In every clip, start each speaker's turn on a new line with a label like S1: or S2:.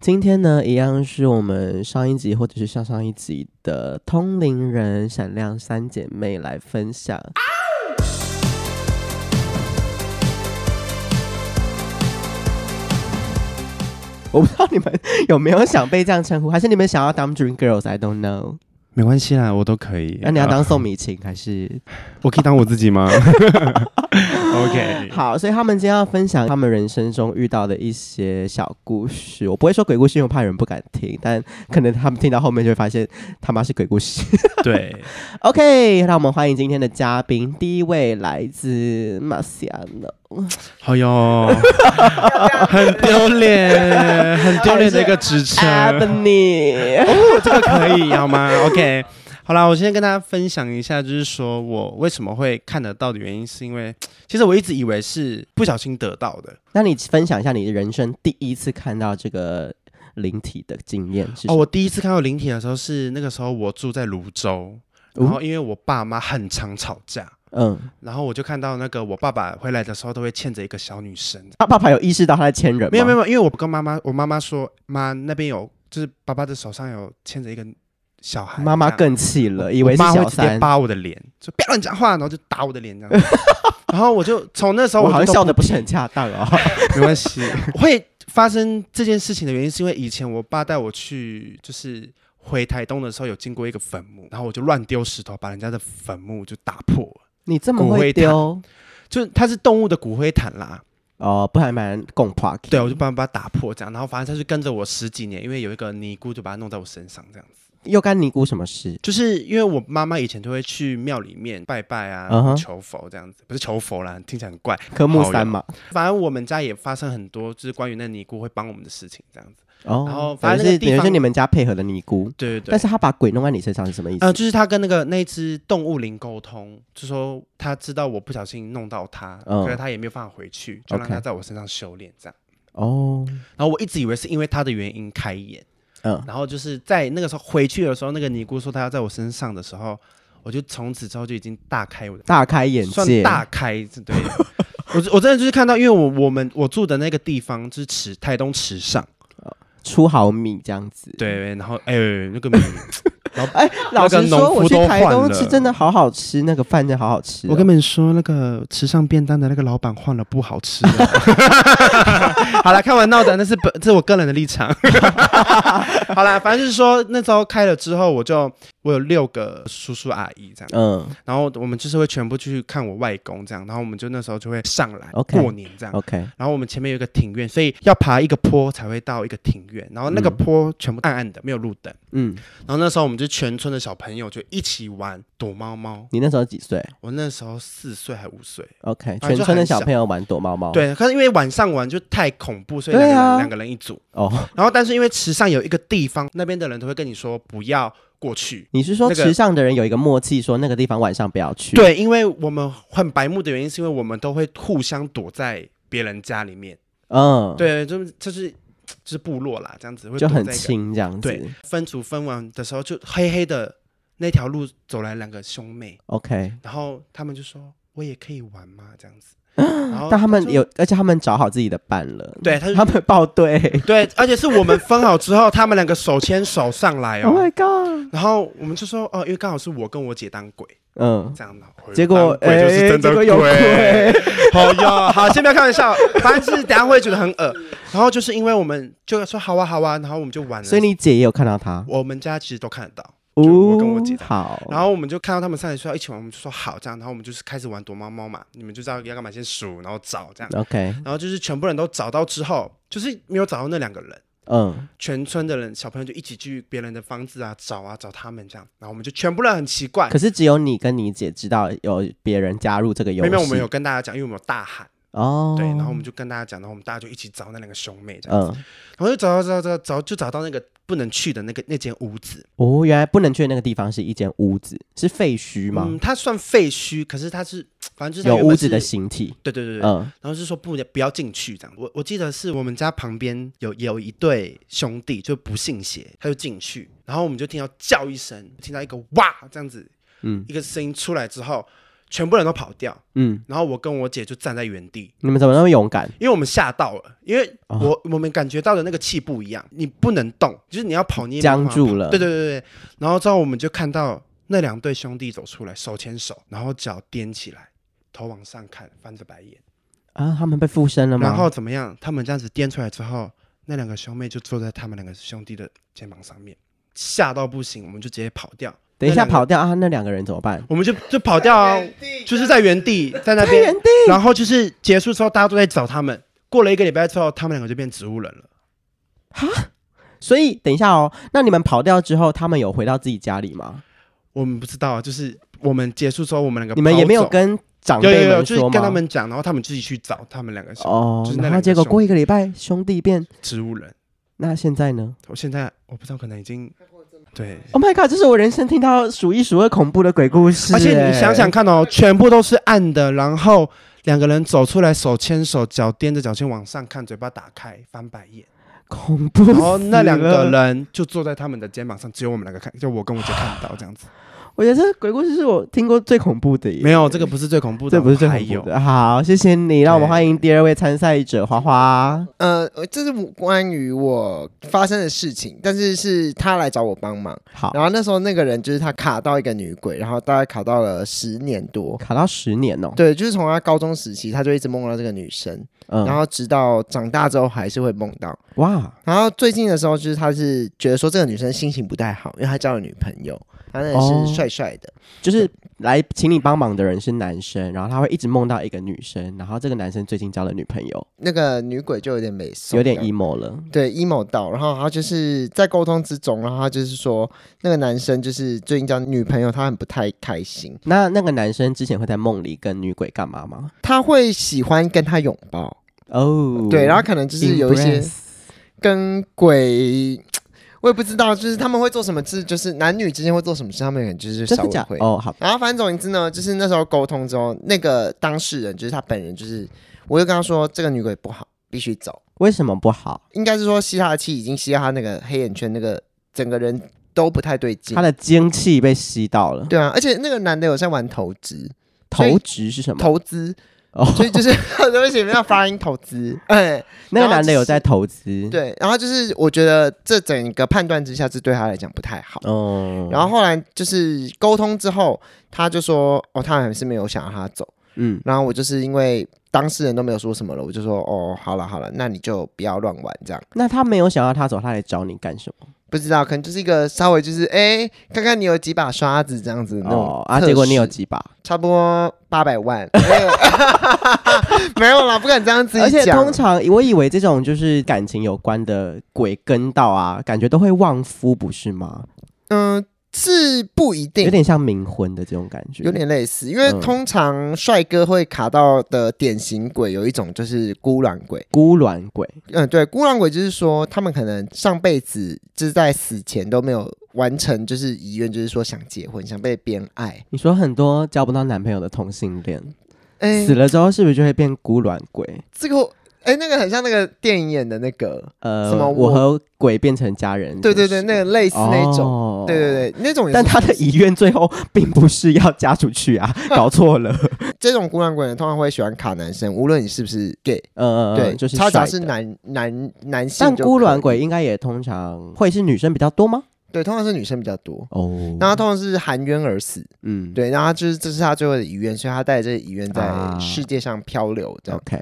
S1: 今天呢，一样是我们上一集或者是上上一集的通灵人闪亮三姐妹来分享。我不知道你们有没有想被这样称呼，还是你们想要当 Dream Girls？I don't know。
S2: 没关系啦，我都可以。
S1: 那你要
S2: 啊
S1: 当宋美琴还是？
S2: 我可以当我自 己吗？OK，
S1: 好，所以他们今天要分享他们人生中遇到的一些小故事。我不会说鬼故事，因为我怕有人不敢听，但可能他们听到后面就会发现他妈是鬼故事。
S2: 对，
S1: OK，让我们欢迎今天的嘉宾，第一位来自马西亚诺。
S2: 好哟，哎很丢脸，很丢脸的一个 职称。
S1: 哎 Ebony，
S2: 哦，这个可以好吗？OK，好啦，我先跟大家分享一下，就是说我为什么会看得到的原因，是因为其实我一直以为是不小心得到的。
S1: 那你分享一下你人生第一次看到这个灵体的经验是什
S2: 哦，
S1: 么？
S2: 我第一次看到灵体的时候是那个时候我住在泸州，
S1: 哦
S2: 然后因为我爸妈很常吵架。
S1: 嗯，
S2: 然后我就看到那个我爸爸回来的时候都会牵着一个小女生，
S1: 他爸爸有意识到他在牵人吗？
S2: 没有没有，没有因为我跟妈妈，我妈妈说妈那边有，就是爸爸的手上有牵着一个小孩，
S1: 妈妈
S2: 这样
S1: 更气了，以为是
S2: 我妈会
S1: 小
S2: 直接
S1: 三。
S2: 扒我的脸，说不要乱讲话，然后就打我的 脸这样子。然后我就从那时候
S1: 我好像
S2: 就都
S1: 笑的不是 很恰当哦。
S2: 没关系，会发生这件事情的原因是因为以前我爸带我去就是。回台东的时候有经过一个坟墓，然后我就乱丢石头，把人家的坟墓就打破了。
S1: 你这么
S2: 骨
S1: 会
S2: 灰坛
S1: 丢
S2: 就是它是动物的骨灰坛啦，
S1: 哦，不还蛮共 park。
S2: 对，我就帮他把它打破这样，然后反正他就跟着我十几年，因为有一个尼姑就把它弄在我身上这样子。
S1: 又干尼姑什么事？
S2: 就是因为我妈妈以前都会去庙里面拜拜啊
S1: 嗯哼
S2: 求佛这样子，不是求佛啦，听起来很怪。
S1: 科目
S2: 好友
S1: 三嘛。
S2: 反正我们家也发生很多就是关于那尼姑会帮我们的事情这样子。
S1: 哦，
S2: 然后
S1: 反
S2: 反
S1: 正是
S2: 正那个地
S1: 等于是
S2: 方
S1: 你们家配合的尼姑，
S2: 对对对。
S1: 但是他把鬼弄在你身上是什么意思？
S2: 呃，就是他跟那个那一只动物灵沟通，就说他知道我不小心弄到他，
S1: 嗯
S2: 可是他也没有办法回去，就让
S1: OK
S2: 他在我身上修炼这样。
S1: 哦，
S2: 然后我一直以为是因为他的原因开眼。
S1: 嗯，
S2: 然后就是在那个时候回去的时候，那个尼姑说她要在我身上的时候，我就从此之后就已经大开我的
S1: 大开眼
S2: 算
S1: 界，
S2: 大开，是 对的。我我真的就是看到，因为我我们我住的那个地方就是池台东池上，
S1: 嗯出毫米这样子。，
S2: 对，然后哎、那个米
S1: 哎、老
S2: 那个
S1: 实说，
S2: 农
S1: 我
S2: 夫
S1: 去
S2: 都
S1: 台
S2: 换
S1: 东
S2: 了
S1: 吃真的好好吃，那个饭真的好好吃哦、
S2: 我跟你们说，那个池上便当的那个老板换了，不好吃 了。 好了，开玩笑的，那是本这是我个人的 立场。好啦，反正就是说那时候开了之后，我就我有六个叔叔阿姨这样。
S1: 嗯
S2: 然后我们就是会全部去看我外公这样，然后我们就那时候就会上来
S1: OK
S2: 过年这样。
S1: ，OK，
S2: 然后我们前面有一个庭院，所以要爬一个坡才会到一个庭院。然后那个
S1: 嗯
S2: 坡全部暗暗的，没有路灯。
S1: 嗯，
S2: 然后那时候我们就全村的小朋友就一起玩躲猫猫。
S1: 你那时候几岁
S2: 我那时候四岁还五岁，
S1: ？OK，
S2: 啊
S1: 全
S2: 就
S1: 村的
S2: 很
S1: 小
S2: 小
S1: 朋友玩躲猫猫，，
S2: 对。可是因为晚上玩就太恐怖，所以
S1: 哦对
S2: 两个人、
S1: 啊
S2: 两个人一组。
S1: 哦，
S2: 然后但是因为池上有一个地方，那边的人都会跟你说不要过去，
S1: 你是说
S2: 那个
S1: 池上的人有一个默契，说那个地方晚上不要去？，
S2: 对，因为我们很白目的原因，是因为我们都会互相躲在别人家里面。
S1: 嗯，，
S2: 对，就是就是就是部落啦，这样子会
S1: 就
S2: 躲
S1: 很
S2: 在一个。
S1: 轻这样
S2: 对
S1: 子。，
S2: 分组分完的时候，就黑黑的那条路走来两个兄妹，
S1: OK，
S2: 然后他们就说：“我也可以玩吗？” 这样子。然后
S1: 但他们
S2: 哦就
S1: 有，而且他们找好自己的伴了，
S2: 对，他就
S1: 他们报队。
S2: 对，而且是我们分好之后，他们两个手牵手上来
S1: Oh
S2: 哦。
S1: my god！
S2: 然后我们就说哦，因为刚好是我跟我姐当鬼
S1: 嗯，
S2: 这样的，哦
S1: 结果
S2: 当鬼就是
S1: 哎
S2: 真
S1: 结
S2: 的
S1: 果有
S2: 鬼，好呀，好，先不要开玩笑，反正就是等一下会觉得很恶。然后就是因为我们就说好啊好啊，然后我们就玩了。
S1: 所以你姐也有看到他，
S2: 我们家其实都看得到，
S1: 哦
S2: 就我跟我姐
S1: 好，
S2: 然后我们就看到他们上来说要一起玩，我们就说好这样，然后我们就是开始玩躲猫猫嘛，你们就知道要干嘛，先数然后找这样，
S1: OK，
S2: 然后就是全部人都找到之后，就是没有找到那两个人。
S1: 嗯，
S2: 全村的人小朋友就一起去别人的房子啊找啊找他们这样，然后我们就全部人很奇怪，
S1: 可是只有你跟你姐知道有别人加入这个游
S2: 没
S1: 戏，
S2: 有我们有跟大家讲，因为我们有大喊，
S1: 哦，
S2: 对，然后我们就跟大家讲，然后我们大家就一起找那两个兄妹这
S1: 嗯，
S2: 样，然后就找找找找找就找到那个不能去的那个那间屋子，
S1: 哦，原来不能去的那个地方是一间屋子，是废墟吗？
S2: 嗯，它算废墟，可是它是反正就是它
S1: 有
S2: 原本
S1: 屋子的
S2: 是，
S1: 形体，
S2: 对对对对，
S1: 嗯，
S2: 然后是说不不要进去这样。我我记得是我们家旁边有有一对兄弟就不信邪，他就进去，然后我们就听到叫一声，听到一个哇这样子，
S1: 嗯
S2: 一个声音出来之后，全部人都跑掉，
S1: 嗯，
S2: 然后我跟我姐就站在原地，
S1: 你们怎么那么勇敢？
S2: 因为我们吓到了，因为
S1: 哦
S2: 我、我们感觉到的那个气不一样，你不能动，就是你要跑你也没办
S1: 僵
S2: 法
S1: 住了，
S2: 对对对对，然后之后我们就看到那两对兄弟走出来，手牵手，然后脚踮起来，头往上看，翻着白眼。
S1: 啊，他们被附身了吗？
S2: 然后怎么样？他们这样子踮出来之后，那两个兄妹就坐在他们两个兄弟的肩膀上面，吓到不行，我们就直接跑掉。
S1: 等一
S2: 那
S1: 下
S2: 两个
S1: 跑掉啊，那两个人怎么办？
S2: 我们就就跑掉啊，就是在原地，在那边。
S1: 地
S2: 然后就是结束之后，大家都在找他们。过了一个礼拜之后，他们两个就变植物人了。
S1: 所以等一下哦，那你们跑掉之后，他们有回到自己家里吗？
S2: 我们不知道啊，就是我们结束之后，我们两个
S1: 你们
S2: 跑
S1: 也没有
S2: 走
S1: 跟长
S2: 有有
S1: 辈
S2: 有，
S1: 们
S2: 就是
S1: 说吗？
S2: 跟他们讲，然后他们自己去找他们两个是
S1: 哦
S2: 就，是那
S1: 然
S2: 两
S1: 后
S2: 个
S1: 结果
S2: 兄
S1: 过一个礼拜，兄弟变
S2: 植物人。
S1: 那现在呢
S2: 我现在我不知道，可能已经对。
S1: ？Oh my god！这是我人生听到数一数二恐怖的鬼故事。欸
S2: 而且你想想，看哦，全部都是暗的，然后两个人走出来，手牵手，脚踮着脚尖往上看，嘴巴打开，翻白眼，
S1: 恐怖死
S2: 然
S1: 了。
S2: 后那两个人就坐在他们的肩膀上，只有我们两个看，就我跟我姐看到这 样子。
S1: 我觉得这鬼故事是我听过最恐怖的耶。
S2: 没有，这个不是最恐怖的，
S1: 这不是最
S2: 还
S1: 恐
S2: 有
S1: 怖的。好，谢谢你，让我们
S2: 对
S1: 欢迎第二位参赛者花花。
S3: 呃，这是关于我发生的事情，但是是他来找我帮忙。
S1: 好，
S3: 然后那时候那个人就是他卡到一个女鬼，然后大概卡到了十年多。
S1: 卡到十年哦。
S3: 对，就是从他高中时期，他就一直梦到这个女生，
S1: 嗯，
S3: 然后直到长大之后还是会梦到。
S1: 哇，
S3: 然后最近的时候，就是他是觉得说这个女生心情不太好，因为她交了女朋友，她那个
S1: 哦
S3: 是帅帅的，
S1: 就是来请你帮忙的人是男生，然后他会一直梦到一个女生，然后这个男生最近交了女朋友，
S3: 那个女鬼就有点美送，
S1: 有点 emo 了。
S3: 对 emo 到，然后他就是在沟通之中，然后他就是说那个男生就是最近交女朋友，他很不太开心，
S1: 那那个男生之前会在梦里跟女鬼干嘛吗？
S3: 他会喜欢跟他拥抱，
S1: 哦，
S3: 对，然后可能就是有一些
S1: Embrace
S3: 跟鬼。我也不知道，就是他们会做什么事，就是男女之间会做什么事，他们可能就是
S1: 真
S3: 稍
S1: 的
S3: 微
S1: 假
S3: 会
S1: 的？哦，好，
S3: 然后反正总言之呢，就是那时候沟通之后，那个当事人就是他本人，就是我就跟他说这个女鬼不好，必须走。
S1: 为什么不好？
S3: 应该是说吸他的气已经吸到他那个黑眼圈，那个整个人都不太对劲
S1: 他。的精气被吸到了，
S3: 嗯对啊，而且那个男的有在玩投资，所以
S1: 投掷是什么？
S3: 投资，
S1: 哦，
S3: 所以就是 对不起，没有发音投资。哎，
S1: 那个
S3: 然后
S1: 男的有
S3: 就是
S1: 在投资，，
S3: 对，然后就是我觉得这整个判断之下是对他来讲不太好。
S1: 哦，
S3: 然后后来就是沟通之后，他就说哦，他还是没有想让他走。
S1: 嗯，
S3: 然后我就是因为当事人都没有说什么了，我就说哦，好了好了，那你就不要乱玩这样。
S1: 那他没有想要他走，他来找你干什么？
S3: 不知道，可能就是一个稍微就是哎，看看你有几把刷子这样子的嗯那种
S1: 哦啊，
S3: 测试
S1: 结果你有几把？
S3: 差不多八百万，没有没有啦，不敢这样子
S1: 而且
S3: 讲
S1: 通常我以为这种就是感情有关的鬼跟到啊，感觉都会旺夫，不是吗？
S3: 嗯是不一定，
S1: 有点像冥婚的这种感觉，
S3: 有点类似，因为
S1: 嗯
S3: 通常帅哥会卡到的典型鬼有一种就是孤狼鬼，
S1: 孤鸾鬼
S3: 嗯，对，孤狼鬼就是说，他们可能上辈子就是在死前都没有完成，就是遗愿，就是说想结婚，想被别人爱。
S1: 你说很多交不到男朋友的同性恋，
S3: 哎、
S1: 死了之后是不是就会变孤鸾鬼？
S3: 这个哎、那个很像那个电影演的那个，
S1: 呃，
S3: 什么
S1: 我
S3: 我
S1: 和鬼变成家人？
S3: 对对对，那个类似那一种，
S1: 哦
S3: 对对对，那种也是。
S1: 但他的遗愿最后并不是要嫁出去 啊，搞错了。
S3: 这种孤狼鬼呢，通常会喜欢卡男生，无论你是不是 gay，、
S1: 嗯，嗯嗯
S3: 对，
S1: 就是
S3: 他只
S1: 帅
S3: 要
S1: 的
S3: 是。男男男性
S1: 但
S3: 就
S1: 孤
S3: 可
S1: 鸾
S3: 以
S1: 鬼应该也通常会是女生比较多吗？
S3: 对，通常是女生比较多。
S1: 哦，
S3: 然后他通常是含冤而死，
S1: 嗯，
S3: 对，然后他就是这是他最后的遗愿，所以他带着这个遗愿在
S1: 啊
S3: 世界上漂流，这样。
S1: ，OK，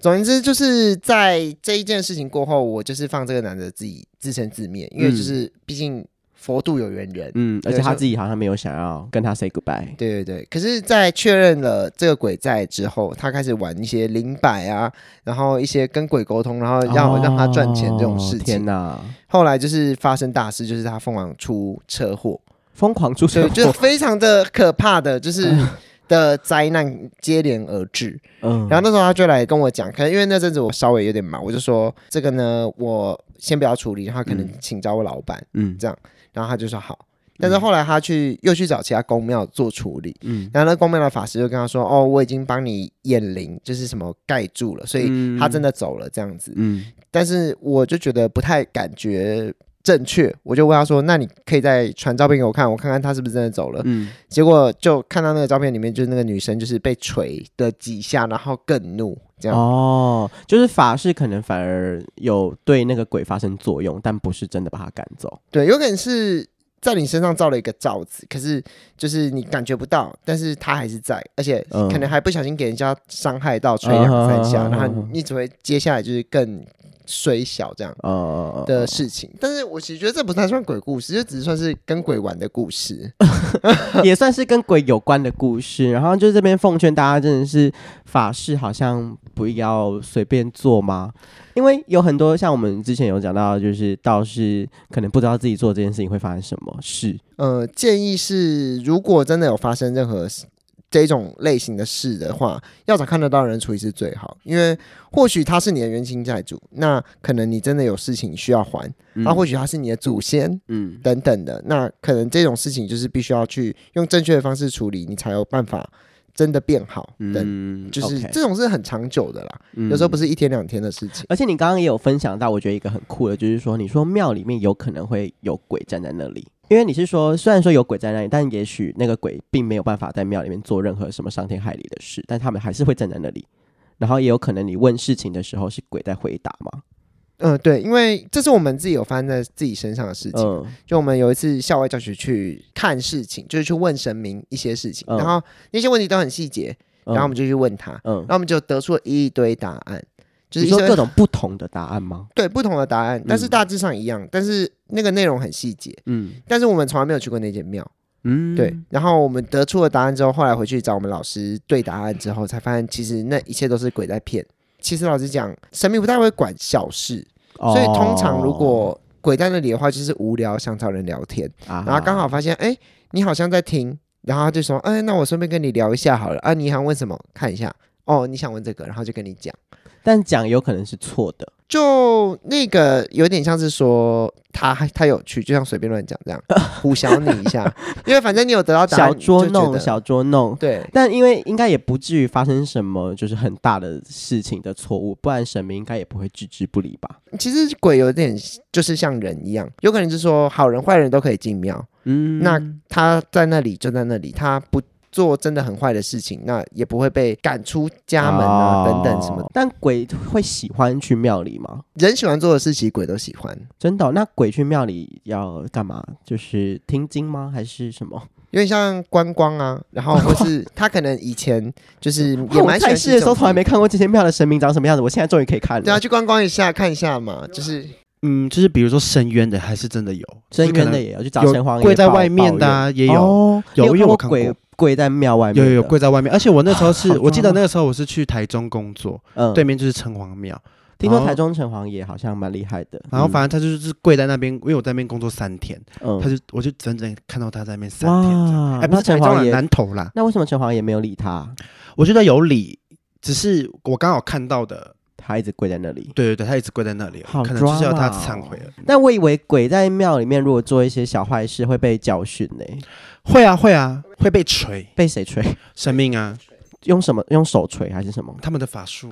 S3: 总而言之，就是在这一件事情过后，我就是放这个男的自己自生自灭，因为就是毕竟佛度有缘人。
S1: 嗯，而且
S3: 对
S1: 他
S3: 就
S1: 自己好像没有想要跟他 say goodbye。
S3: 对对对，可是，在确认了这个鬼在之后，他开始玩一些灵摆啊，然后一些跟鬼沟通，然后让、
S1: 哦
S3: 让他赚钱这种事
S1: 天
S3: 情。
S1: 哪，
S3: 后来就是发生大事，就是他疯狂出车祸，
S1: 疯狂出
S3: 所
S1: 车
S3: 以就 是
S1: 祸，
S3: 非常的可怕 的，就是的灾难接连而至。
S1: 嗯，
S3: 然后那时候他就来跟我讲，可能因为那阵子我稍微有点忙，我就说这个呢，我先不要处理，然后可能请找我老板，
S1: 嗯
S3: 然后他就说好。但是后来他去又去找其他公庙做处理，
S1: 嗯，
S3: 然后那公庙的法师就跟他说：“哦，我已经帮你掩灵，就是什么盖住
S1: 嗯
S3: 了，所以他真
S1: 的，
S3: 的走了这样子。
S1: 嗯，
S3: 但是我就觉得不太感觉正确，我就问他说：“那你可以再传照片给我看，我看看他是不是真的走了。
S1: 嗯，
S3: 结果就看到那个照片里面，就是那个女生就是被锤的几下，然后更怒这样。
S1: 哦，就是法式可能反而有对那个鬼发生作用，但不是真的把他赶走。
S3: 对，有可能是在你身上罩了一个罩子，可是就是你感觉不到，但是他还是在，而且
S1: 嗯
S3: 可能还不小心给人家伤害到，捶两三下，
S1: 嗯
S3: 然后你只会接下来就是更衰小这样。
S1: 哦哦哦，
S3: 的事情，但是我其实觉得这不太算鬼故事，就只是算是跟鬼玩的故事。
S1: 也算是跟鬼有关的故事。然后就这边奉劝大家，真的是法事好像不要随便做嘛，因为有很多像我们之前有讲到，就是道士可能不知道自己做这件事情会发生什么事。
S3: 呃，建议是，如果真的有发生任何事这种类型的事的话，要找看得到的人处理是最好，因为或许他是你的冤亲债主，那可能你真的有事情需要还，
S1: 嗯
S3: 啊，或许他是你的祖先
S1: 嗯
S3: 等等的，那可能这种事情就是必须要去用正确的方式处理，你才有办法真的变好等。
S1: 嗯，
S3: 就是这
S1: OK，
S3: 种是很长久的啦，
S1: 嗯
S3: 有时候不是一天两天的事情。
S1: 而且你刚刚也有分享到，我觉得一个很酷的，就是说，你说庙里面有可能会有鬼站在那里，因为你是说，虽然说有鬼在那里，但也许那个鬼并没有办法在庙里面做任何什么伤天害理的事，但他们还是会站在那里。然后也有可能你问事情的时候是鬼在回答嘛？
S3: 嗯，对，因为这是我们自己有发生在自己身上的事情。
S1: 嗯
S3: 就我们有一次校外教学去看事情，就是去问神明一些事情，
S1: 嗯
S3: 然后那些问题都很细节，
S1: 嗯
S3: 然后我们就去问他，
S1: 嗯
S3: 然，后我们就得出了一堆答案，就是
S1: 你
S3: 一
S1: 说
S3: 些
S1: 各种不同的答案吗？
S3: 对不同的答案，但是
S1: 嗯
S3: 大致上一样，但是那个内容很细节，
S1: 嗯
S3: 但是我们从来没有去过那间庙，
S1: 嗯，
S3: 对，然后我们得出了答案之后，后来回去找我们老师对答案之后，才发现其实那一切都是鬼在骗。其实老实讲，神明不太会管小事，
S1: 哦，
S3: 所以通常如果鬼在那里的话，就是无聊想找人聊天，
S1: 啊
S3: 然后刚好发现，哎、你好像在听，然后他就说，哎，那我顺便跟你聊一下好了啊，你想问什么？看一下，哦，你想问这个，然后就跟你讲，
S1: 但讲有可能是错的，
S3: 就那个有点像是说他他有趣，就像随便乱讲 这样，唬小你一下，因为反正你有得到答案，
S1: 小捉
S3: 你就觉
S1: 弄，
S3: 得
S1: 小捉弄。
S3: 对。
S1: 但因为应该也不至于发生什么就是很大的事情的错误，不然神明应该也不会置之不理吧？
S3: 其实鬼有点就是像人一样，有可能是说好人坏人都可以进庙，
S1: 嗯
S3: 那他在那里就在那里，他不做真的很坏的事情，那也不会被赶出家门啊、等等什么
S1: 哦。。但鬼会喜欢去庙里吗？
S3: 人喜欢做的事情，鬼都喜欢。
S1: 真的哦、那鬼去庙里要干嘛？就是听经吗？还是什么？
S3: 有点像观光啊，然后或 是他可能以前就是也
S1: 我
S3: 蛮喜
S1: 在
S3: 欢
S1: 世的时候从来没看
S3: 过，
S1: 过这些庙的神明长什么样子，我现在终于可以看了。
S3: 对啊，去观光一下看一下嘛，就是
S2: 嗯，就是比如说深渊的，还是真的有
S1: 深
S2: 就是
S1: 渊
S2: 可
S1: 的
S2: 能
S1: 也有，去找
S2: 有
S1: 城隍爷
S2: 跪在
S1: 抱
S2: 外面的、啊、也
S1: 抱怨
S2: 有，
S1: 哦
S2: 有
S1: 你
S2: 因为
S1: 看过
S2: 我看
S1: 鬼
S2: 过
S1: 跪在庙外面
S2: 有
S1: 的，
S2: 有有跪在外面，而且我那时候
S1: 好
S2: 是
S1: 脏啊
S2: 我记得那个时候我是去台中工作，
S1: 嗯
S2: 对。面就是城隍庙，
S1: 听说
S2: 然后
S1: 台中城隍爷好像蛮厉害的，
S2: 然后反正他就是跪在那边，因为我在那边工作三天，
S1: 嗯
S2: 他就我就整整看到他在那边三天这样，
S1: 哇，
S2: 哎，不
S1: 那
S2: 是
S1: 城
S2: 台中
S1: 隍
S2: 啦，
S1: 爷，
S2: 南投啦，
S1: 那为什么城隍爷没有理他？
S2: 我觉得有理，只是我刚好看到的，
S1: 他一直跪在那里。
S2: 对对对，他一直跪在那里，
S1: 好
S2: 可能就是要
S1: drama
S2: 他
S1: 哦
S2: 忏悔了。
S1: 但我以为鬼在庙里面，如果做一些小坏事会被教训呢、
S2: 会啊会啊，会被锤，
S1: 被谁锤？
S2: 生命啊，
S1: 用什么？用手锤还是什么？
S2: 他们的法术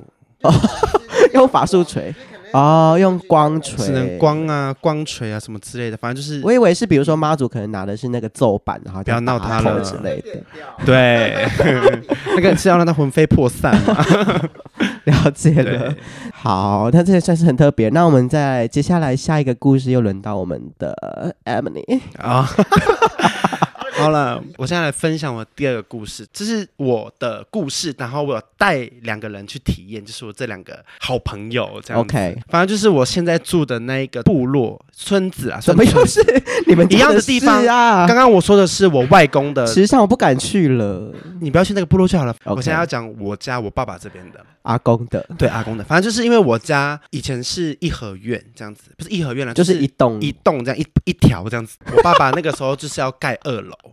S1: 用法术锤？哦，用光锤。
S2: 只能。光啊光锤啊什么之类的，反正就是
S1: 我以为是，比如说妈祖可能拿的是那个奏板，然后
S2: 不要闹
S1: 他
S2: 他
S1: 头
S2: 了
S1: 之类的。
S2: 对， 那个是要让他魂飞魄散 嘛。
S1: 了解了
S2: 对。，
S1: 好，那这也算是很特别。那我们再接下来下一个故事，又轮到我们的 Emily。
S2: 啊。 好了，我现在来分享我第二个故事，这是我的故事，然后我有带两个人去体验，就是我这两个好朋友这样子。
S1: OK，
S2: 反正就是我现在住的那一个部落村子啊，
S1: 怎
S2: 算
S1: 么
S2: 村
S1: 又
S2: 子
S1: 是你们
S2: 一样的
S1: 做
S2: 地方
S1: 事啊
S2: 刚？刚我说的是我外公的，
S1: 时尚我不敢去了，
S2: 你不要去那个部落就好了。
S1: OK
S2: 我现在要讲我家我爸爸这边的，
S1: 阿公的，
S2: 对阿公的，反正就是因为我家以前是一合院这样子，不是一合院了，啊
S1: 就是
S2: 是
S1: 一栋
S2: 一栋这样一一条这 样子。我爸爸那个时候就是要盖二楼。
S1: 哎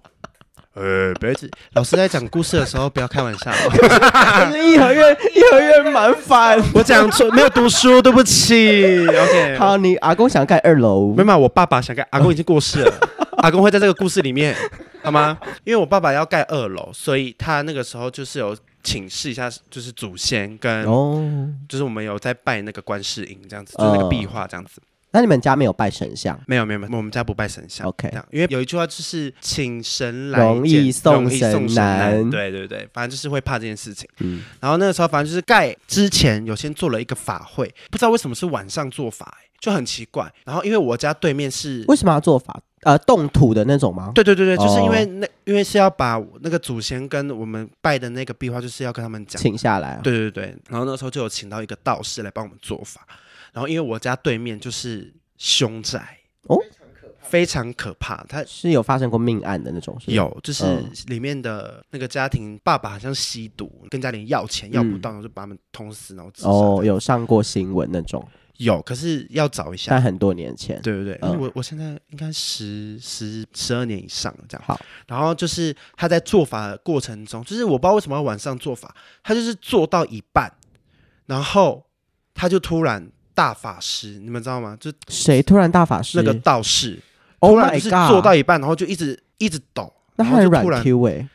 S2: 呃，不要紧，老师在讲故事的时候不要 开玩笑哦。
S1: 可是颐和园，颐和园蛮 烦。
S2: 我讲错，没有读书，对不起。OK，
S1: 好，你阿公想盖二楼
S2: 没，有，没有我爸爸想盖，阿公已经过世了， 阿公会在这个故事里面，好吗？因为我爸爸要盖二楼，所以他那个时候就是有请示一下，就是祖先跟
S1: 哦，嗯
S2: 就是我们有在拜那个观世音这样子，就是那个壁画这样子。
S1: 那你们家没有拜神像？
S2: 没有没有没有，我们家不拜神像。
S1: OK
S2: 这样因为有一句话就是请神来
S1: 容易
S2: 见
S1: 送
S2: 容易
S1: 神
S2: 送
S1: 难
S2: 难。对对对，反正就是会怕这件事情。
S1: 嗯，
S2: 然后那个时候反正就是盖之前有先做了一个法会，不知道为什么是晚上做法、欸就很奇怪。然后因为我家对面是。
S1: 为什么要做法？呃，动土的那种吗？
S2: 对对对对，就是因为
S1: 哦
S2: 那、因为是要把那个祖先跟我们拜的那个壁画，就是要跟他们讲
S1: 请下来、啊。，
S2: 对对对，然后那时候就有请到一个道士来帮我们做法，然后因为我家对面就是凶宅
S1: 哦，
S2: 非常可怕，他。
S1: 是有发生过命案的那种。是吗，
S2: 有，就是
S1: 嗯
S2: 里面的那个家庭，爸爸好像吸毒，跟家里人要钱，要不到，然后就把他们捅死，然后自杀。
S1: 嗯哦，有上过新闻那种，
S2: 有，可是要找一下
S1: 但，很多年前。
S2: 对对对，
S1: 嗯
S2: 因为我我现在应该十十十二年以上了这样。
S1: 好，
S2: 然后就是他在做法的过程中，就是我不知道为什么要晚上做法，他就是做到一半，然后他就突然大法师，你们知道吗？就
S1: 谁突然大法师？
S2: 那个道士，
S1: Oh
S2: 突然
S1: my
S2: 就是做到
S1: god！
S2: 一半，然后就一直一直抖，
S1: 那
S2: 然
S1: 他
S2: 后
S1: 很
S2: 就突
S1: 软
S2: 然，
S1: Q 哎。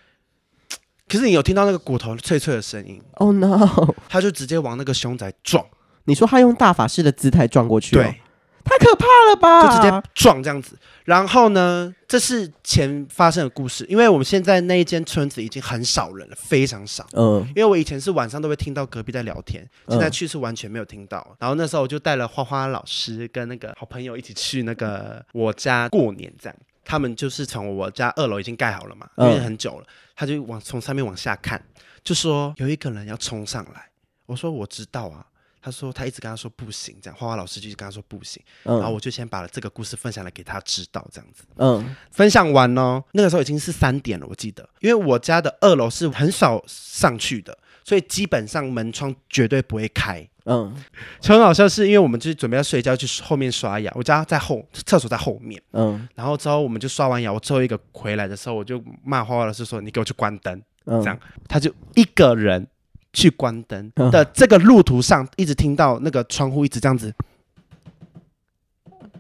S2: 可是你有听到那个骨头脆脆的声音，
S1: Oh no！
S2: 他就直接往那个凶宅撞，
S1: 你说他用大法师的姿态撞过去、哦，
S2: 对，，
S1: 太可怕了吧？
S2: 就直接撞这样子。然后呢，这是前发生的故事，因为我们现在那一间村子已经很少人了，非常少。
S1: 嗯，
S2: 因为我以前是晚上都会听到隔壁在聊天，
S1: 嗯
S2: 现在去是完全没有听到。然后那时候我就带了花花老师跟那个好朋友一起去那个我家过年这样。他们就是从我家二楼已经盖好了嘛，因
S1: 嗯
S2: 为很久了，他就往从上面往下看，就说有一个人要冲上来。我说我知道啊，他说他一直跟他说不行，这样花花老师就一直跟他说不行，然后
S1: 嗯
S2: 我就先把这个故事分享了给他知道，这样子。
S1: 嗯，
S2: 分享完哦，那个时候已经是三点了，我记得，因为我家的二楼是很少上去的，所以基本上门窗绝对不会开。
S1: 嗯
S2: 就很好笑，是因为我们就是准备要睡觉，去后面刷牙，我家在后厕所在后面，
S1: 嗯
S2: 然后之后我们就刷完牙，我最后一个回来的时候，我就骂花花老师说：“你给我去关灯。”
S1: 嗯，
S2: 这样他就一个人去关灯
S1: 嗯
S2: 的这个路途上，一直听到那个窗户一直这样子，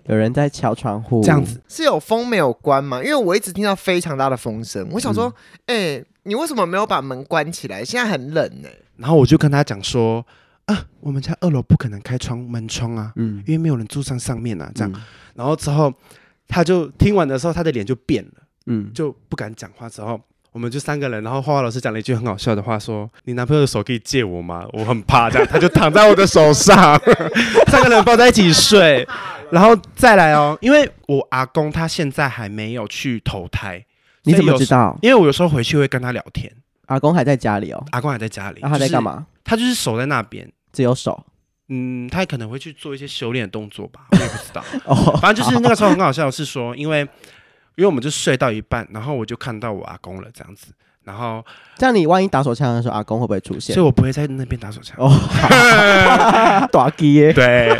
S1: 有人在敲窗户，
S2: 这样子，
S3: 是有风没有关吗？因为我一直听到非常大的风声，我想说，
S1: 嗯
S3: 哎、你为什么没有把门关起来？现在很冷欸呢、
S2: 然后我就跟他讲说：“啊，我们家二楼不可能开窗门窗啊。”
S1: 嗯，
S2: 因为没有人住上上面啊，这样。
S1: 嗯
S2: 然后之后，他就听完的时候，他的脸就变了，
S1: 嗯，
S2: 就不敢讲话。之后，我们就三个人，然后花花老师讲了一句很好笑的话，说：“你男朋友的手可以借我吗？我很怕。”这样，他就躺在我的 手上，三个人抱在一起睡。然后再来哦，因为我阿公他现在还没有去投胎，
S1: 你怎
S2: 所以
S1: 么
S2: 有
S1: 知
S2: 时候？
S1: 道？
S2: 因为我有时候回去会跟他聊天，
S1: 阿公还在家里哦，
S2: 阿公还在家里。
S1: 那、他在
S2: 就是
S1: 干？嘛？
S2: 他就是守在那边。
S1: 只有手
S2: 嗯，他可能会去做一些修炼的动作吧，我也不知道。
S1: 哦，
S2: 反正就是那个时候很好笑，的是说，因为因为我们就睡到一半，然后我就看到我阿公了这样子，然后
S1: 这样你万一打手枪的时候，阿公会不会出现
S2: 所以？我不会在那边打手枪。
S1: 哦，
S2: 哦
S1: 打鸡耶，
S2: 对，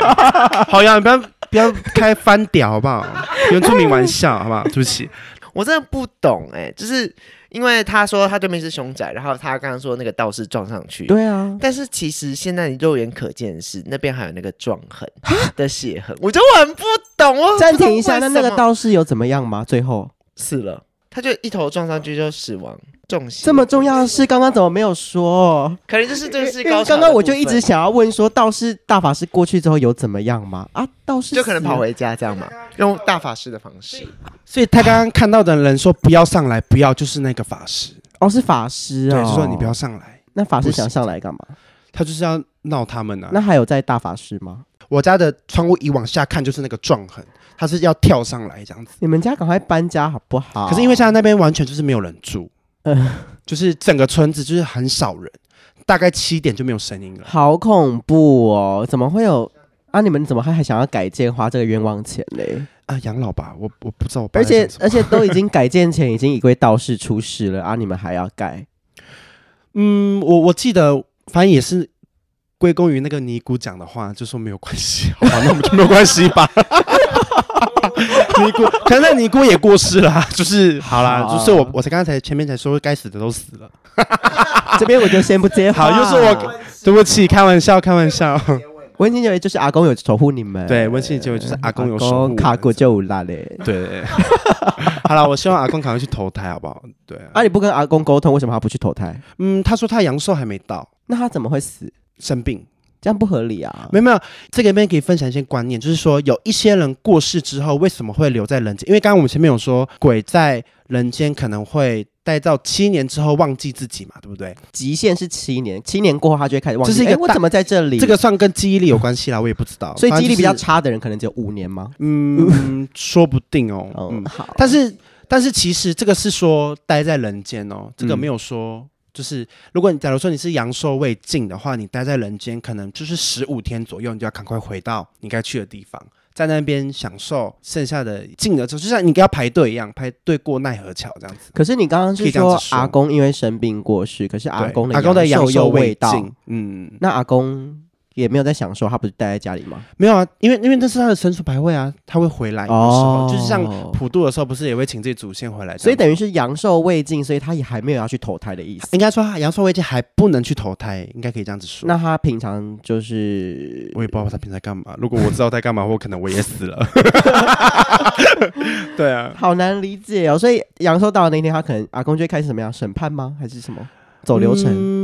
S2: 好呀，你不要不要开翻屌好不好？原住民玩笑好不好？对不起，
S3: 我真的不懂哎、就是因为他说他对面是凶宅，然后他刚刚说那个道士撞上去，
S1: 对啊，
S3: 但是其实现在你肉眼可见的是那边还有那个撞痕的血痕，我就很不懂哦。
S1: 暂停一下，那那个
S3: 道
S1: 道士有怎么样吗？最后
S3: 死了，他就一头撞上去就死亡中邪，
S1: 这么重要的事，刚刚怎么没有说？
S3: 可能就是这个是
S1: 因
S3: 高
S1: 为
S3: 潮的
S1: 刚刚我就一
S3: 部
S1: 直
S3: 分
S1: 想要问说，道士大法师过去之后有怎么样吗？啊，道士
S3: 就可能
S1: 死了
S3: 跑，回家这样嘛，用大法师的方式。
S2: 所以他刚刚看到的人说不要上来，不要就是那个法师，
S1: 哦，是法师
S2: 对，
S1: 哦，
S2: 就说你不要。上来，
S1: 那法师
S2: 不是
S1: 想上来干嘛？
S2: 他就是要闹他们啊
S1: 那。还有在大法师吗？
S2: 我家的窗户一往下看就是那个撞痕，他是要跳上来这样子。
S1: 你们家赶快搬家好不好？
S2: 可是因为现在那边完全就是没有人住，
S1: 嗯
S2: 呃就是整个村子就是很少人，大概七点就没有声音了。
S1: 好恐怖哦，怎么会有？啊！你们怎么还还想要改建，花这个冤枉钱嘞？
S2: 啊，养老吧，我我不知道我爸
S1: 而
S2: 在
S1: 且
S2: 想什么。
S1: 而且都已经改建前已经一位道士出事了啊！你们还要 盖？
S2: 嗯，我我记得，反正也是归功于那个尼姑讲的话，就说没有关系，好吧，那我们就没有关系吧。 尼姑，可是那尼姑也过世了啊，就是好啦，
S1: 好
S2: 就是我我才刚才前面才说该死的都死了，
S1: 这边我就先不接话。
S2: 好，又是我，对不起，开玩笑，开玩笑。
S1: 温馨结尾就是阿公有守护你们，
S2: 对，温馨的结尾就是阿公有守护我们
S1: 卡过就有啦嘞。
S2: 对， 好了，我希望阿公赶快去投胎，好不好？对啊，
S1: 啊，你不跟阿公沟通，为什么他不去投胎？
S2: 嗯，他说他阳寿还没到，
S1: 那他怎么会死？
S2: 生病，
S1: 这样不合理啊。
S2: 没有没有，这个里面可以分享一些观念，就是说有一些人过世之后为什么会留在人间？因为刚刚我们前面有说，鬼在人间可能会待到七年之后忘记自己嘛，对不对？
S1: 极限是七年，七年过后他就会开始忘记，
S2: 这是一个
S1: 诶我
S2: 大
S1: 怎么在这里？
S2: 这个算跟记忆力有关系啦，我也不知道。
S1: 所以记忆力比较
S2: 反正就是，
S1: 差的人可能只有五年吗？
S2: 嗯， 说不定哦。
S1: 嗯，
S2: 嗯，
S1: 好，
S2: 但是但是其实这个是说待在人间哦，这个
S1: 嗯
S2: 没有说。就是，如果你假如说你是阳寿未尽的话，你待在人间可能就是十五天左右，你就要赶快回到你该去的地方，在那边享受剩下的尽了之后，就像你要排队一样，排队过奈何桥这样子。
S1: 可是你刚刚
S2: 可
S1: 是
S2: 以这样
S1: 说
S2: 子说
S1: 阿公因为生病过世，可是阿
S2: 对
S1: 公的
S2: 阿公的
S1: 啊阳
S2: 阳寿
S1: 未到，
S2: 尽，嗯，
S1: 那阿公也没有在享受，他不是待在家里吗？
S2: 没有啊，因为因为那是他的神主牌位啊，他会回来有时候，就是像普渡的时候，不是也会请自己祖先回来这样
S1: 哦
S2: 子，
S1: 所以等于是阳寿未尽，所以他也还没有要去投胎的意思。
S2: 应该说他阳寿未尽还不能去投胎，应该可以这样子说。
S1: 那他平常就是
S2: 我也不知道他平常干嘛。如果我知道在干嘛，我可能我也死 了。对啊，
S1: 好难理解哦。所以阳寿到了那一天，他可能阿公就会开始怎么样审判吗？还是什么走流程？
S2: 嗯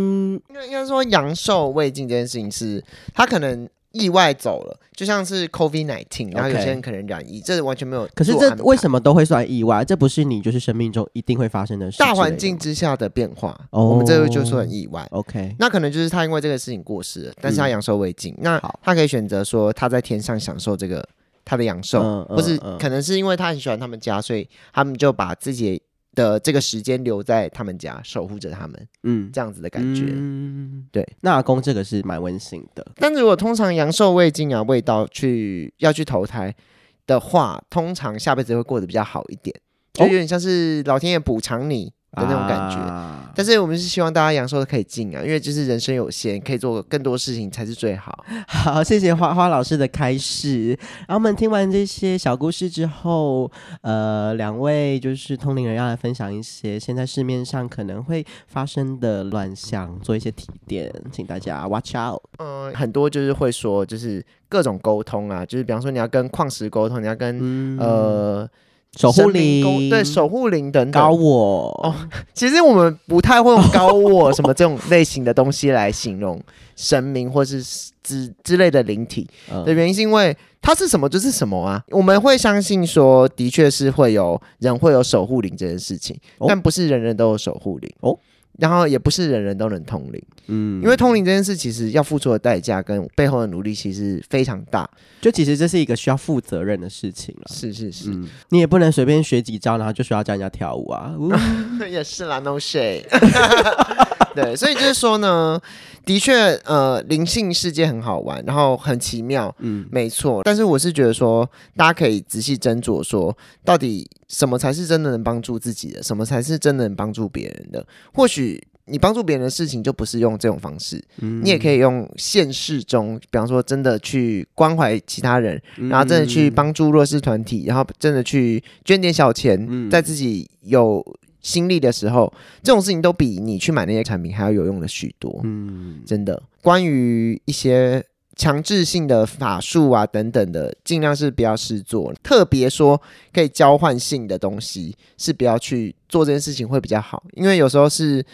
S3: 应该应该说阳寿未尽这件事情是，他可能意外走了，就像是 COVID nineteen，然后有
S1: OK
S3: 些人可能染疫，这完全没有。
S1: 可是这为什？么都会算意外？这不是你就是生命中一定会发生的事之类的
S3: 大
S1: 吗。
S3: 环境之下的变化，
S1: 哦
S3: 我们这个就说很意外。
S1: OK，
S3: 那可能就是他因为这个事情过世了，但是他阳寿未尽，那
S1: 嗯好
S3: 他可以选择说他在天上享受这个他的阳寿，
S1: 嗯嗯
S3: 或是
S1: 嗯
S3: 可能是因为他很喜欢他们家，所以他们就把自己的这个时间留在他们家，守护着他们
S1: 嗯，
S3: 这样子的感觉。
S1: 嗯
S3: 对。
S1: 那阿公这个是蛮温馨的，
S3: 但如果通常阳寿未尽啊，未到去要去投胎的话，通常下辈子会过得比较好一点，就
S1: 哦
S3: 有点像是老天爷补偿你的那种感觉。
S1: 啊
S3: 但是我们是希望大家阳寿都可以尽啊，因为就是人生有限，可以做更多事情才是最好。
S1: 好，谢谢花花老师的开示。然后我们听完这些小故事之后，呃，两位就是通灵人要来分享一些现在市面上可能会发生的乱象，做一些提点，请大家 watch out。
S3: 嗯、很多就是会说，就是各种沟通啊，就是比方说你要跟矿石沟通，你要跟、
S1: 嗯，
S3: 呃
S1: 守护
S3: 神明沟
S1: 灵，
S3: 对守护灵等
S1: 高
S3: 等。
S1: 我
S3: 哦其实我们不太会用高我什么这种类型的东西来形容神明或是之之类的灵体。的
S1: 嗯
S3: 原因是因为它是什么就是什么啊。我们会相信说，的确是会有人会有守护灵这件事情，
S1: 哦
S3: 但不是人人都有守护灵
S1: 哦。
S3: 然后也不是人人都能通灵，
S1: 嗯
S3: 因为通灵这件事其实要付出的代价跟背后的努力其实非常大。
S1: 就其实这是一个需要负责任的事情了。
S3: 是是是，
S1: 嗯，你也不能随便学几招，然后就说要教人家跳舞啊。呜
S3: 也是啦，no shade。对，所以就是说呢，的确，呃，灵性世界很好玩，然后很奇妙，
S1: 嗯，
S3: 没错，但是我是觉得说，大家可以仔细斟酌说，到底什么才是真的能帮助自己的，什么才是真的能帮助别人的。或许你帮助别人的事情，就不是用这种方式，
S1: 嗯
S3: 你也可以用现实中，比方说真的去关怀其他人，
S1: 嗯，
S3: 然后真的去帮助弱势团体，然后真的去捐点小钱，
S1: 嗯
S3: 在自己有心力的时候，这种事情都比你去买那些产品还要有用的许多。
S1: 嗯，
S3: 真的，关于一些强制性的法术啊等等的，尽量是不要试做。特别说可以交换性的东西，是不要去做这件事情会比较好，因为有时候是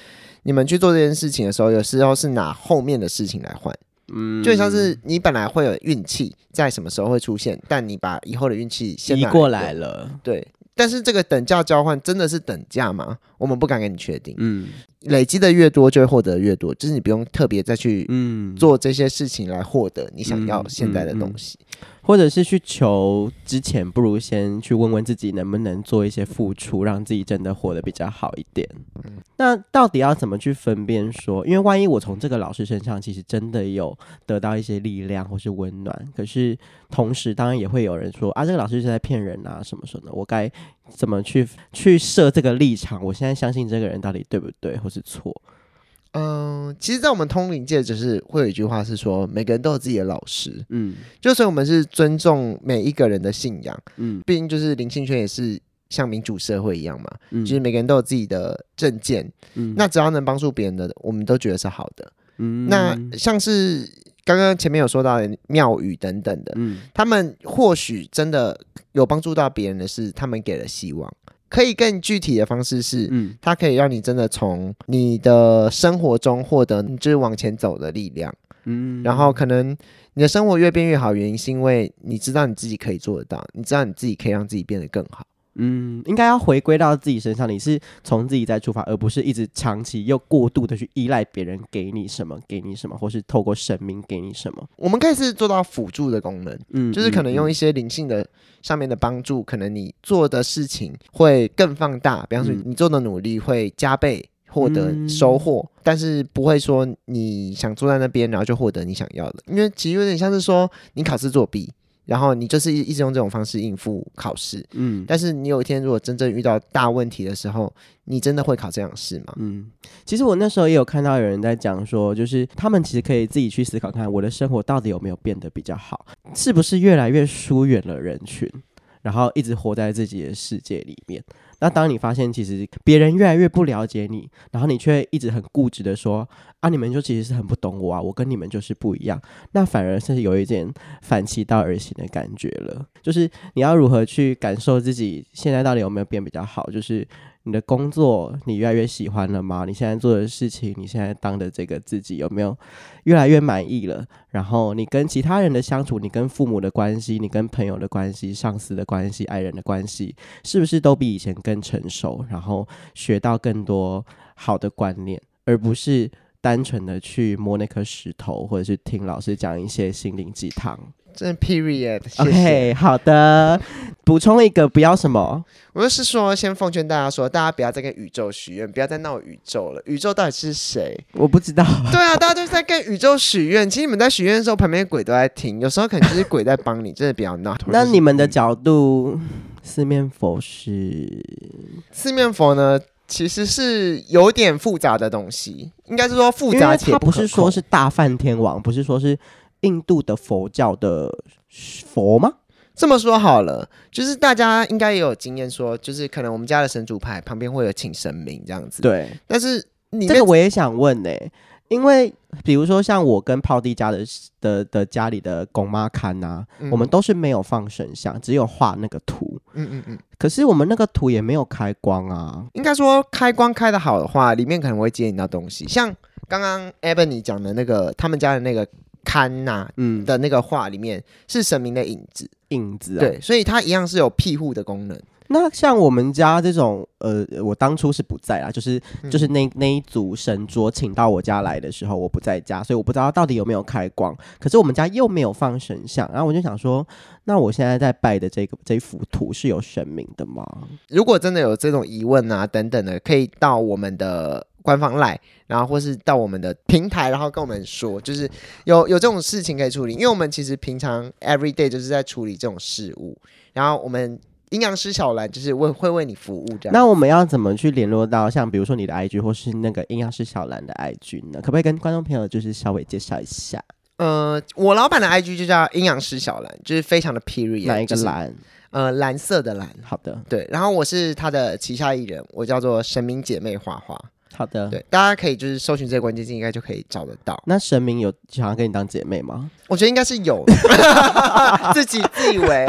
S3: 你们去做这件事情的时候，有时候是拿后面的事情来换，
S1: 嗯
S3: 就像是你本来会有运气在什么时候会出现，但你把以后的运气先
S1: 移
S3: 拿
S1: 过
S3: 用
S1: 来，了。
S3: 对。但是这个等价交换真的是等价吗？我们不敢跟你确定。
S1: 嗯
S3: 累积的越多，就会获得越多，就是你不用特别再去
S1: 嗯，
S3: 做这些事情来获得你想要现在的东西。
S1: 或者是去求之前，不如先去问问自己能不能做一些付出，让自己真的活得比较好一点。那到底要怎么去分辨说？因为万一我从这个老师身上其实真的有得到一些力量或是温暖，可是同时当然也会有人说啊，这个老师是在骗人啊，什么什么的，我该怎么去去设这个立场？我现在相信这个人到底对不对或是错？
S3: 嗯、其实，在我们通灵界，就是会有一句话是说，每个人都有自己的老师，
S1: 嗯
S3: 就所以我们是尊重每一个人的信仰。
S1: 嗯
S3: 毕竟，就是灵性圈也是像民主社会一样嘛，
S1: 嗯，
S3: 就是每个人都有自己的证件。
S1: 嗯
S3: 那只要能帮助别人的，我们都觉得是好的。
S1: 嗯
S3: 那像是刚刚前面有说到的庙宇等等的，
S1: 嗯
S3: 他们或许真的有帮助到别人的是，他们给了希望。可以更具体的方式是，
S1: 嗯，
S3: 它可以让你真的从你的生活中获得你就是往前走的力量。
S1: 嗯
S3: 然后可能你的生活越变越好，原因是因为你知道你自己可以做得到，你知道你自己可以让自己变得更好。
S1: 嗯，应该要回归到自己身上，你是从自己在出发，而不是一直长期又过度的去依赖别人给你什么，给你什么，或是透过神明给你什么。
S3: 我们可以是做到辅助的功能，
S1: 嗯，
S3: 就是可能用
S1: 一
S3: 一些灵性的上面的帮助，可能你做的事情会更放大，比方说
S1: 嗯
S3: 你做的努力会加倍获得
S1: 嗯
S3: 收获，但是不会说你想坐在那边然后就获得你想要的，因为其实有点像是说你考试作弊，然后你就是一一直用这种方式应付考试，
S1: 嗯
S3: 但是你有一天如果真正遇到大问题的时候，你真的会考这样试吗？
S1: 嗯，其实我那时候也有看到有人在讲说，就是他们其实可以自己去思考看，我的生活到底有没有变得比较好，是不是越来越疏远了人群，然后一直活在自己的世界里面。那当你发现其实别人越来越不了解你，然后你却一直很固执的说啊，你们就其实是很不懂我啊，我跟你们就是不一样，那反而是有一点反其道而行的感觉了。就是你要如何去感受自己现在到底有没有变比较好，就是你的工作你越来越喜欢了吗？你现在做的事情，你现在当的这个自己有没有越来越满意了？然后你跟其他人的相处，你跟父母的关系，你跟朋友的关系，上司的关系，爱人的关系，是不是都比以前更成熟？然后学到更多好的观念，而不是单纯的去摸那颗石头，或者是听老师讲一些心灵鸡汤。
S3: 真的 period，
S1: 嗯
S3: 谢谢。
S1: OK，好的，补充一个，不要什么，
S3: 我就是说，先奉劝大家说，大家不要再跟宇宙许愿，不要再闹宇宙了。宇宙到底是谁？
S1: 我不知道。
S3: 对啊，大家都是在跟宇宙许愿。其实你们在许愿的时候，旁边的鬼都在听，有时候可能就是鬼在帮你，真的不要闹。
S1: 那你们的角度，四面佛是
S3: 四面佛呢，其实是有点复杂的东西，应该是说复
S1: 因
S3: 杂
S1: 为
S3: 且
S1: 它
S3: 不
S1: 不
S3: 可
S1: 是
S3: 控
S1: 说是大梵天王，不是说是印度的佛教的佛吗？
S3: 这么说好了，就是大家应该也有经验说，就是可能我们家的神主牌旁边会有请神明这样子。，
S1: 对，
S3: 但是你
S1: 这
S3: 那
S1: 个我也想问呢、因为比如说像我跟泡弟家的的的家里的公妈看呐、
S3: 嗯
S1: 我们都是没有放神像，只有画那个图。
S3: 嗯嗯嗯，
S1: 可是我们那个图也没有开光啊，
S3: 应该说开光开的好的话，里面可能会接引到东西，像刚刚 Ebony 讲的那个他们家的那个龛啊呐、
S1: 嗯，
S3: 的那个画里面是神明的影子，
S1: 影子啊。
S3: 对，所以它一样是有庇护的功能。
S1: 那像我们家这种，呃，我当初是不在啦，就是
S3: 嗯
S1: 就是那那一组神桌请到我家来的时候，我不在家，所以我不知道到底有没有开光。可是我们家又没有放神像，然后我就想说，那我现在在拜的这个这幅图是有神明的吗？
S3: 如果真的有这种疑问啊等等的，可以到我们的官方 line，然后或是到我们的平台，然后跟我们说，就是有有这种事情可以处理，因为我们其实平常 every day 就是在处理这种事物，然后我们阴阳师小兰就是为会为你服务这样。
S1: 那我们要怎么去联络到像比如说你的 IG 或是那个阴阳师小兰的 IG 呢？可不可以跟观众朋友就是稍微介绍一下
S3: 呃，我老板的 IG 就叫阴阳师小兰，就是非常的 period，
S1: 哪一个
S3: 就是？
S1: 兰？
S3: 呃，蓝色的蓝。
S1: 好的，
S3: 对，然后我是他的旗下艺人，我叫做神明姐妹花花。
S1: 好的。
S3: 对，大家可以就是搜寻这个关键字，应该就可以找得到。
S1: 那神明有想要跟你当姐妹吗？
S3: 我觉得应该是有 自己自以为，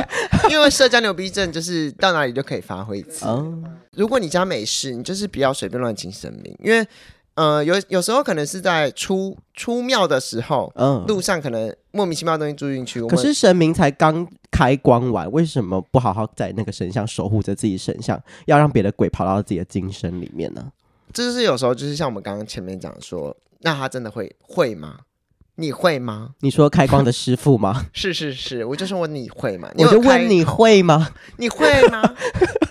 S3: 因为社交牛逼症就是到哪里都可以发挥一次。
S1: 嗯，
S3: 如果你家没事，你就是不要随便乱请神明，因为呃有有时候可能是在出出庙的时候，
S1: 嗯，
S3: 路上可能莫名其妙的东西住进去。我
S1: 可
S3: 们
S1: 是神明才刚开光完，为什么不好好在那个神像守护着自己神像，要让别的鬼跑到自己的精神里面呢？
S3: 这就是有时候就是像我们刚刚前面讲说，那他真的会会吗？你会吗？
S1: 你说开光的师傅吗？
S3: 是是是，我就说你会吗？ 你
S1: 我
S3: 有
S1: 就
S3: 开
S1: 问你会吗？
S3: 你会 吗？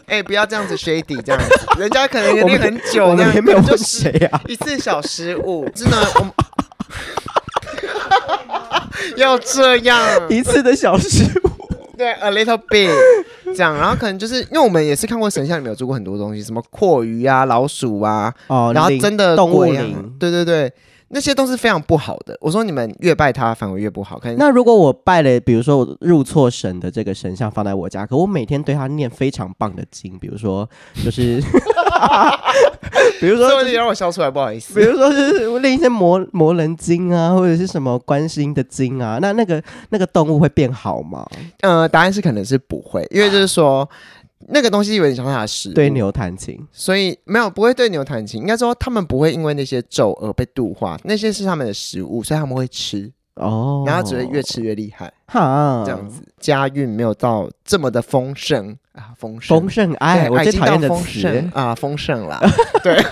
S3: 哎、不要这样子 shady 这样子，人家可能
S1: 我
S3: 练
S1: 们
S3: 很
S1: 我
S3: 久呢
S1: 们也，没有
S3: 就
S1: 问
S3: 是
S1: 谁啊。
S3: 一次小失误，真的，我们 要这样，
S1: 一次的小 失误，
S3: 对，a little bit 这样，然后可能就是因为我们也是看过神像里面有做过很多东西，什么阔鱼啊、老鼠啊，
S1: 哦，
S3: 然后
S1: 灵
S3: 真的
S1: 动物
S3: 鬼啊
S1: 灵。
S3: 对对对，那些都是非常不好的。我说你们越拜它，反而越不好，可能
S1: 那如果我拜了，比如说我入错神的这个神像放在我家，可我每天对他念非常棒的经，比如说 就是，比如说
S3: 这
S1: 就
S3: 问
S1: 是
S3: 题让我笑出来，不好意思
S1: 比。如说是练一些魔魔人经啊，或者是什么观世音的经啊，那那个那个动物会变好吗？
S3: 呃，答案是可能是不会，因为就是说，那个东西有点像他的食物，
S1: 对牛弹琴，
S3: 所以没有不会对牛弹琴，应该说他们不会因为那些咒而被度化，那些是他们的食物，所以他们会吃，
S1: 哦，
S3: 然后只会越吃越厉害，
S1: 哈
S3: 这样子家运没有到这么的丰盛啊，丰盛。
S1: 丰盛
S3: 对
S1: 爱，哎我
S3: 啊
S1: 最
S3: 已经
S1: 讨厌
S3: 到
S1: 的
S3: 丰盛
S1: 词，
S3: 啊，丰 盛啦，对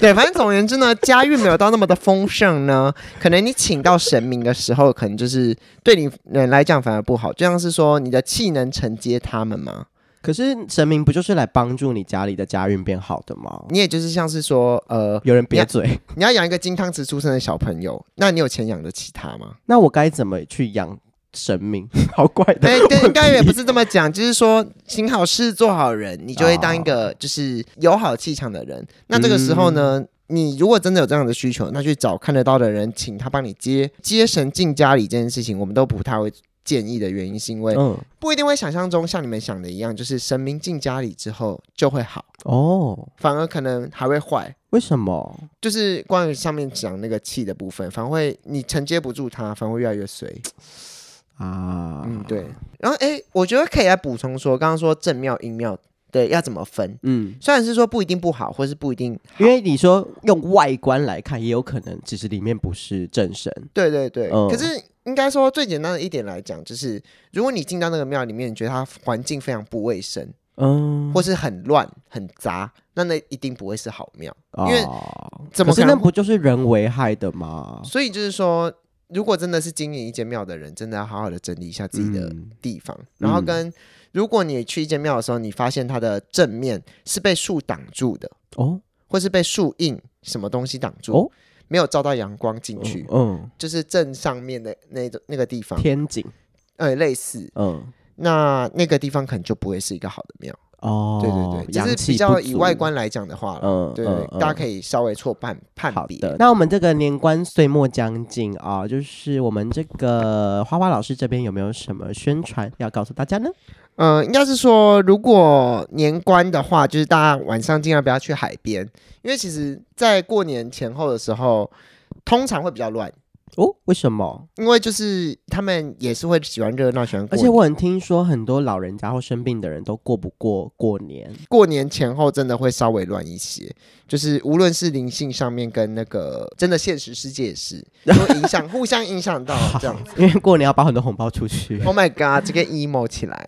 S3: 对，反正总而言之呢，家运没有到那么的丰盛呢，可能你请到神明的时候，可能就是对你人来讲反而不好，就像是说你的气能承接他们吗？
S1: 可是神明不就是来帮助你家里的家运变好的吗？
S3: 你也就是像是说，呃，
S1: 有人
S3: 你
S1: 瘪
S3: 要
S1: 嘴，
S3: 你要养一个金汤匙出生的小朋友，那你有钱养得起他吗？
S1: 那我该怎么去养神明？ 好 怪的
S3: 哎，
S1: 问题，
S3: 对，应该也不是这么 讲，就是说行好事做好人，你就会当一个就是有好气场的人。那这个时候呢，嗯你如果真的有这样的需求，那去找看得到的人，请他帮你接接神进家里这件事情，我们都不太会建议的原因，是因为
S1: 嗯，
S3: 不一定会想象中像你们想的一样，就是神明进家里之后就会好，
S1: 哦，
S3: 反而可能还会坏。
S1: 为什么？
S3: 就是关于上面讲那个气的部分，反而会你承接不住它，反而会越来越随。
S1: 啊，
S3: 嗯，对。然后诶，我觉得可以来补充说，刚刚说正庙阴庙，对，要怎么分？
S1: 嗯，
S3: 虽然是说不一定不好，或是不一定，
S1: 因为你说用外观来看，也有可能其实里面不是正神，
S3: 对对对。
S1: 嗯
S3: 可是应该说最简单的一点来讲，就是如果你进到那个庙里面，你觉得它环境非常不卫生，
S1: 嗯，
S3: 或是很乱很杂，那那一定不会是好庙。
S1: 哦
S3: 因为怎么
S1: 可是
S3: 可
S1: 那
S3: 能？
S1: 不就是人为害的吗？
S3: 所以就是说，如果真的是经营一间庙的人，真的要好好的整理一下自己的
S1: 嗯
S3: 地方，然后跟、如果你去一间庙的时候，你发现它的正面是被树挡住的，
S1: 哦
S3: 或是被树荫什么东西挡住，
S1: 哦
S3: 没有照到阳光进去，
S1: 嗯，
S3: 就是正上面的那种那个地方，
S1: 天井，
S3: 呃，类似
S1: 嗯，
S3: 那那个地方可能就不会是一个好的庙，
S1: 哦，
S3: 对对对，就是
S1: 阳气
S3: 比较
S1: 不
S3: 以
S1: 足
S3: 外，观来讲的话啦，
S1: 嗯，
S3: 对
S1: 嗯
S3: 对，大家可
S1: 以。
S3: 以稍微错判判
S1: 好
S3: 别，
S1: 的，那我们这个年关岁末将近啊、就是我们这个花花老师这边有没有什么宣传要告诉大家呢？
S3: 嗯，应该是说，如果年关的话，就是大家晚上尽量不要去海边，因为其实，在过年前后的时候，通常会比较乱，
S1: 哦，为什么？
S3: 因为就是他们也是会喜欢热闹，喜欢
S1: 而
S3: 过年。
S1: 且我很听说很多老人家或生病的人都过不过过年，
S3: 过年前后真的会稍微乱一些，就是无论是灵性上面跟那个真的现实世界也是，会 影响互相影响到这样子。
S1: 因为过年要包很多红包出去，
S3: Oh my god，这个 emo 起来，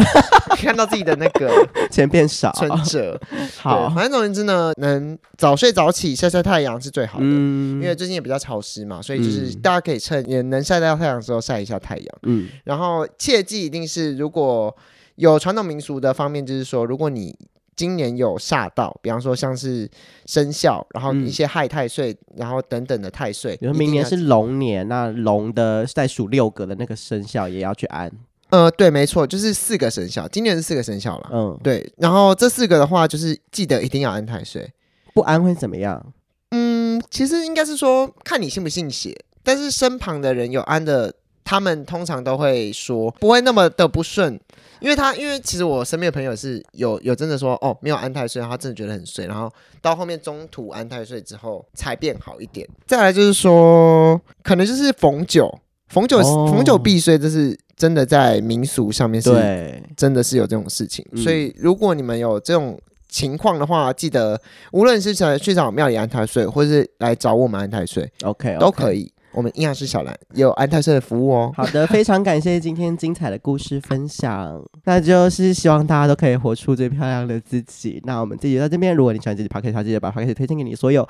S3: 看到自己的那个
S1: 钱变少。
S3: 存折。对，
S1: 好，
S3: 反正总而言之呢，能早睡早起晒晒太阳是最好的。
S1: 嗯
S3: 因为最近也比较潮湿嘛，所以就是
S1: 嗯
S3: 大家可以趁也能晒到太阳的时候晒一下太阳。
S1: 嗯
S3: 然后切记，一定是如果有传统民俗的方面，就是说，如果你今年有煞到，比方说像是生肖，然后
S1: 嗯
S3: 一些亥太岁，然后等等的太岁，
S1: 比如
S3: 一
S1: 说
S3: 定
S1: 明年
S3: 要
S1: 是龙年，那龙的在数六个的那个生肖也要去安。
S3: 呃对，没错，就是四个生肖，今年是四个生肖啦。
S1: 嗯，
S3: 对，然后这四个的话，就是记得一定要安太岁。
S1: 不安会怎么样？
S3: 嗯，其实应该是说看你信不信邪，但是身旁的人有安的，他们通常都会说不会那么的不顺，因为他因为其实我身边的朋友是有有真的说哦没有安太岁，然后他真的觉得很衰，然后到后面中途安太岁之后才变好一点。再来就是说，可能就是逢九，逢九、
S1: 哦
S3: 逢九必衰，这是真的在民俗上面是
S1: 对，
S3: 真的是有这种事情，
S1: 嗯
S3: 所以如果你们有这种情况的话，记得无论是想去找庙里安太岁，或是来找我们安太岁
S1: OK，
S3: 都可
S1: 以。
S3: 以。我们阴阳师小兰也有安太岁的服务哦。
S1: 好的，非常感谢今天精彩的故事分享。那就是希望大家都可以活出最漂亮的自己。那我们这集就到这边，如果你喜欢这集 p o d c a 记得 把 p o d c a 推荐给你所有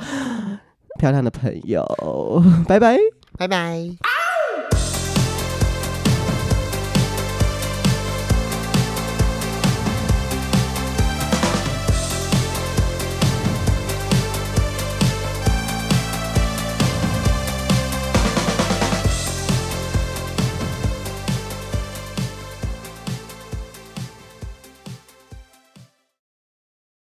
S1: 漂亮的朋友。拜拜。
S3: 拜拜。